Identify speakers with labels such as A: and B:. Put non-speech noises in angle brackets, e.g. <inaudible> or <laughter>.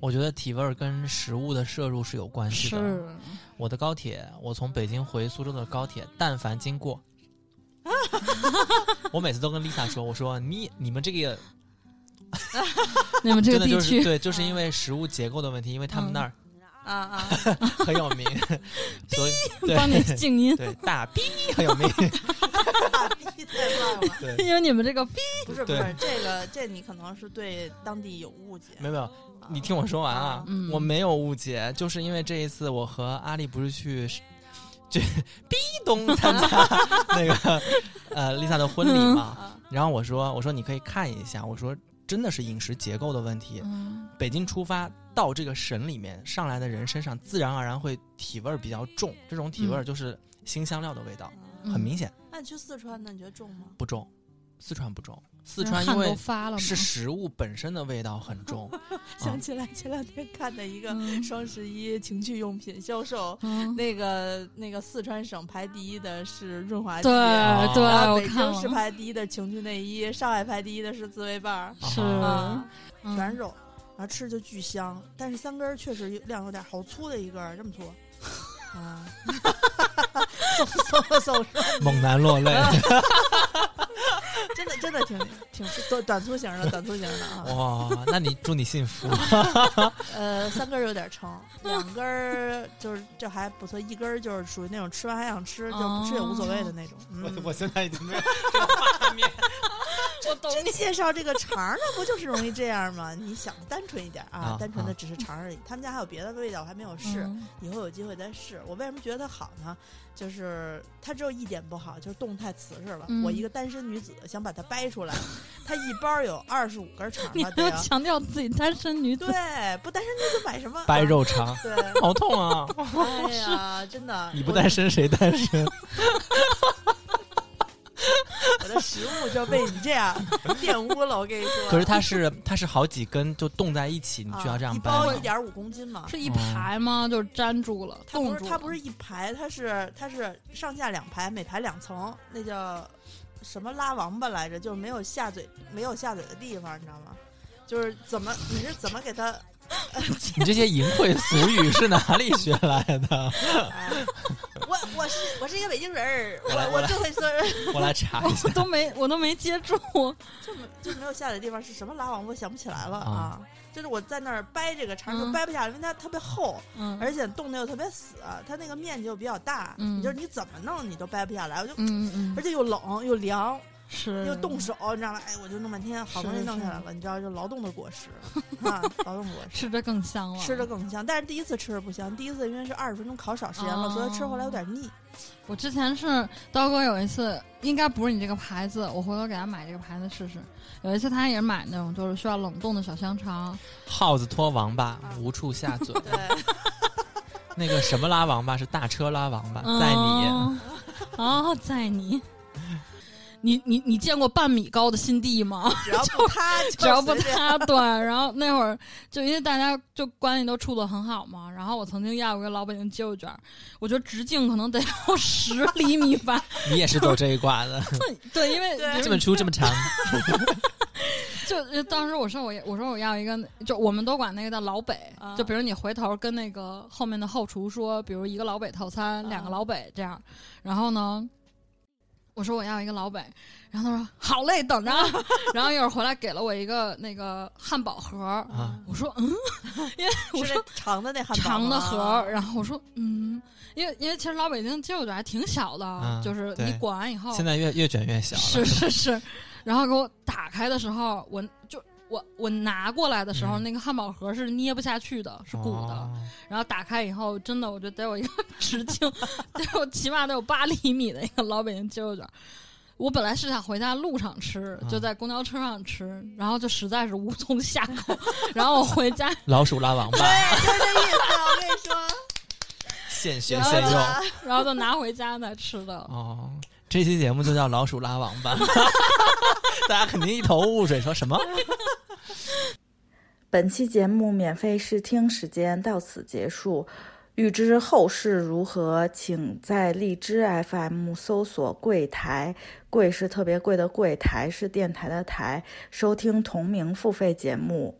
A: 我觉得体味儿跟食物的摄入是有关系的。
B: 是
A: 我的高铁，我从北京回苏州的高铁，但凡经过，
C: 啊 <laughs>
A: 我每次都跟 Lisa 说，我说你你们这个
C: <laughs> 你们这
A: 真
C: 个
A: 的
C: 地
A: 就
C: 区 <laughs> 嗯
A: 是对，就是因为食物结构的问题，因为他们那儿
B: 啊啊，
A: 很有
C: <laughs>
A: 名，所以
C: 帮
B: <laughs>
C: 你
A: 对
C: 静音，
A: 对大逼很有名，
B: 大逼太棒了！
A: 对。
C: 因为你们这个
B: 不是不
A: 对
B: 是，这个这你可能是对当地有误解。
A: 没有没有，
B: 啊
A: 你听我说完啊，
C: 嗯
A: 我没有误解，就是因为这一次我和阿丽不是去 <laughs> 是这逼东参加 <laughs> 那个呃 Lisa 的婚礼嘛，
B: 啊
A: 然后我说我说你可以看一下，我说真的是饮食结构的问题，
C: 嗯
A: 北京出发到这个省里面上来的人身上自然而然会体味儿比较重，这种体味儿就是新香料的味道，
C: 嗯
A: 很明显
B: 那你去四川呢？你觉得重吗？
A: 不重，四川不重，四
C: 人
A: 川因
C: 汗都
A: 为
C: 发了嘛，
A: 是食物本身的味道很
C: <laughs>
A: 重，
B: 想起来前两天看的一个
C: 嗯
B: 双十一情趣用品销售，
C: 嗯
B: 那个那个四川省排第一的是润滑
C: 对
B: 剂，
C: 对，
B: 然后
C: 我
B: 啊北
C: 看
B: 京
C: 了
B: 市，排第一的情趣内衣，上海排第一的是自慰棒儿，
C: 是
B: 啊，
C: 嗯
B: 全是肉，然后吃着就巨香，但是三根儿确实量有点儿，好粗的一根儿，这么 <laughs> 粗。 <laughs> 啊，送送送，
A: 猛男落
C: <laughs>
A: 泪。
B: <laughs> 真的真的挺挺短短粗型的，短粗型的啊。
A: 哇，那你祝你幸
C: <laughs>
A: 福。
B: 呃，三根儿有点撑，两根儿就是这还不错，一根儿就是属于那种吃完还想吃，就不吃也无所谓的那种。嗯
A: 现在已经没有这个画面。
C: 我懂
B: 这介绍这个肠儿，那不就是容易这样吗？你想单纯一点啊嗯
A: 啊，
B: 单纯
A: 啊
B: 的只是肠儿而已。他们家还有别的味道，我还没有试，以后有机会再试。我为什么觉得它好呢？就是它只有一点不好，就是动太瓷实了
C: 嗯。
B: 我一个单身女子想把它掰出来，它一包有二十五根肠
C: 你
B: 吧，
C: 还
B: 得
C: 要
B: 啊
C: 强调自己单身女子，
B: 对，不单身女子买什么
A: 掰？
B: 啊
A: 肉肠，
B: 对，
A: 好痛
C: <laughs>
A: 啊！
B: 哎呀，真的，
A: 你不单身谁单身？
B: 我的，我的食物就被你这样 <laughs> 玷污了。我跟你说，
A: 可是它是它是好几根就冻在一起，你
B: 啊
A: 就要这样
B: 一
A: 掰
B: 包一
A: 吗。
B: 点五公斤嘛，
C: 是一排吗？就是粘住了，
B: 它啊嗯不
C: 冻
B: 是
C: 住了，
B: 它
C: <laughs>
B: 不是一排，它是它是上下两排，每排两层，那叫什么拉王八来着？就是没有下嘴没有下嘴的地方，你知道吗？就是怎么你是怎么给它？
A: <laughs> 你这些淫秽俗语是哪里学来的？
B: 哎、我我是我是一个北京人儿，
A: 我来
B: 我
A: 我来
B: 就会说
A: <laughs> 我来查 <laughs> 一下
C: 我都没我都没接住，
B: 就没就没有下嘴的地方是什么拉王八，想不起来了
A: 啊
B: 啊。就是我在那儿掰这个肠儿
C: 嗯
B: 就掰不下来，因为它特别厚，
C: 嗯，
B: 而且冻得又特别死，它那个面积又比较大，
C: 嗯
B: 你就是你怎么弄你都掰不下来，我就、
C: 嗯嗯嗯，
B: 而且又冷又凉，
C: 是
B: 又动，手，你知道吧？哎，我就弄半天，好不容易弄下来了，你知道，就劳动的
C: <laughs>
B: 果实啊，劳动果实。
C: 吃着更香了，
B: 吃的更香，但是第一次吃的不香，第一次因为是二十分钟烤少时间了，
C: 哦
B: 所以吃后来有点腻。
C: 我之前是刀哥有一次，应该不是你这个牌子，我回头给他买这个牌子试试。有一次他也是买那种就是需要冷冻的小香肠，
A: 耗子拖王八，无处下 <laughs> 嘴。
B: 对，
A: 那个什么拉王八是大车拉王八，在你
C: 哦，哦，在你，你你你见过半米高的新地吗？
B: <laughs> 只要不塌，就
C: <laughs> 只要不
B: 随便
C: 他对，然后那会儿就因为大家就关系都处的很好嘛，然后我曾经要过一个老北京鸡肉卷儿，我觉得直径可能得有 <laughs> 十厘米吧，
A: 你也是走这一挂 <laughs> 的，
C: 对，因为
B: 对
A: 这么粗这么长， <laughs>
C: <laughs> 就呃当时我说我也我说我要一个，就我们都管那个叫老北，
B: 啊
C: 就比如你回头跟那个后面的后厨说，比如一个老北套餐，
B: 啊
C: 两个老北这样，然后呢。我说我要一个老北，然后他说好嘞，等着
B: <laughs>
C: 啊。然后一会儿回来给了我一个那个汉堡盒儿，
A: 啊
C: 我说嗯，因为我
B: 是
C: 说
B: 那长的那汉堡
C: 长的
B: 吗
C: 盒儿，然后我说嗯，因为因为其实老北京鸡肉卷还挺小的，
A: 啊
C: 就是
A: 对
C: 你裹完以后，
A: 现在越越卷越小
C: 是
A: 了。
C: 是是，然后给我打开的时候，我就我我拿过来的时候，
A: 嗯
C: 那个汉堡盒是捏不下去的，是鼓的。
A: 哦
C: 然后打开以后，真的我觉得得有一个 <laughs> 直径，得有起码得有八厘米的一个老北京鸡肉卷儿。我本来是想回家路上吃，就
A: 啊
C: 在公交车上吃，然后就实在是无从下口。 <laughs> 然后我回家，
A: 老鼠拉王八，
B: 对，啊就这意思。我跟你说，
A: 现学现用。
C: 然后就拿回家再吃的。
A: 哦，这期节目就叫《老鼠拉王 <laughs> 八》，大家肯定一头雾水，说什么？
D: 本期节目免费试听时间到此结束，欲知后事如何，请在荔枝 FM 搜索“柜台”，贵是特别贵的贵，台是电台的台，收听同名付费节目。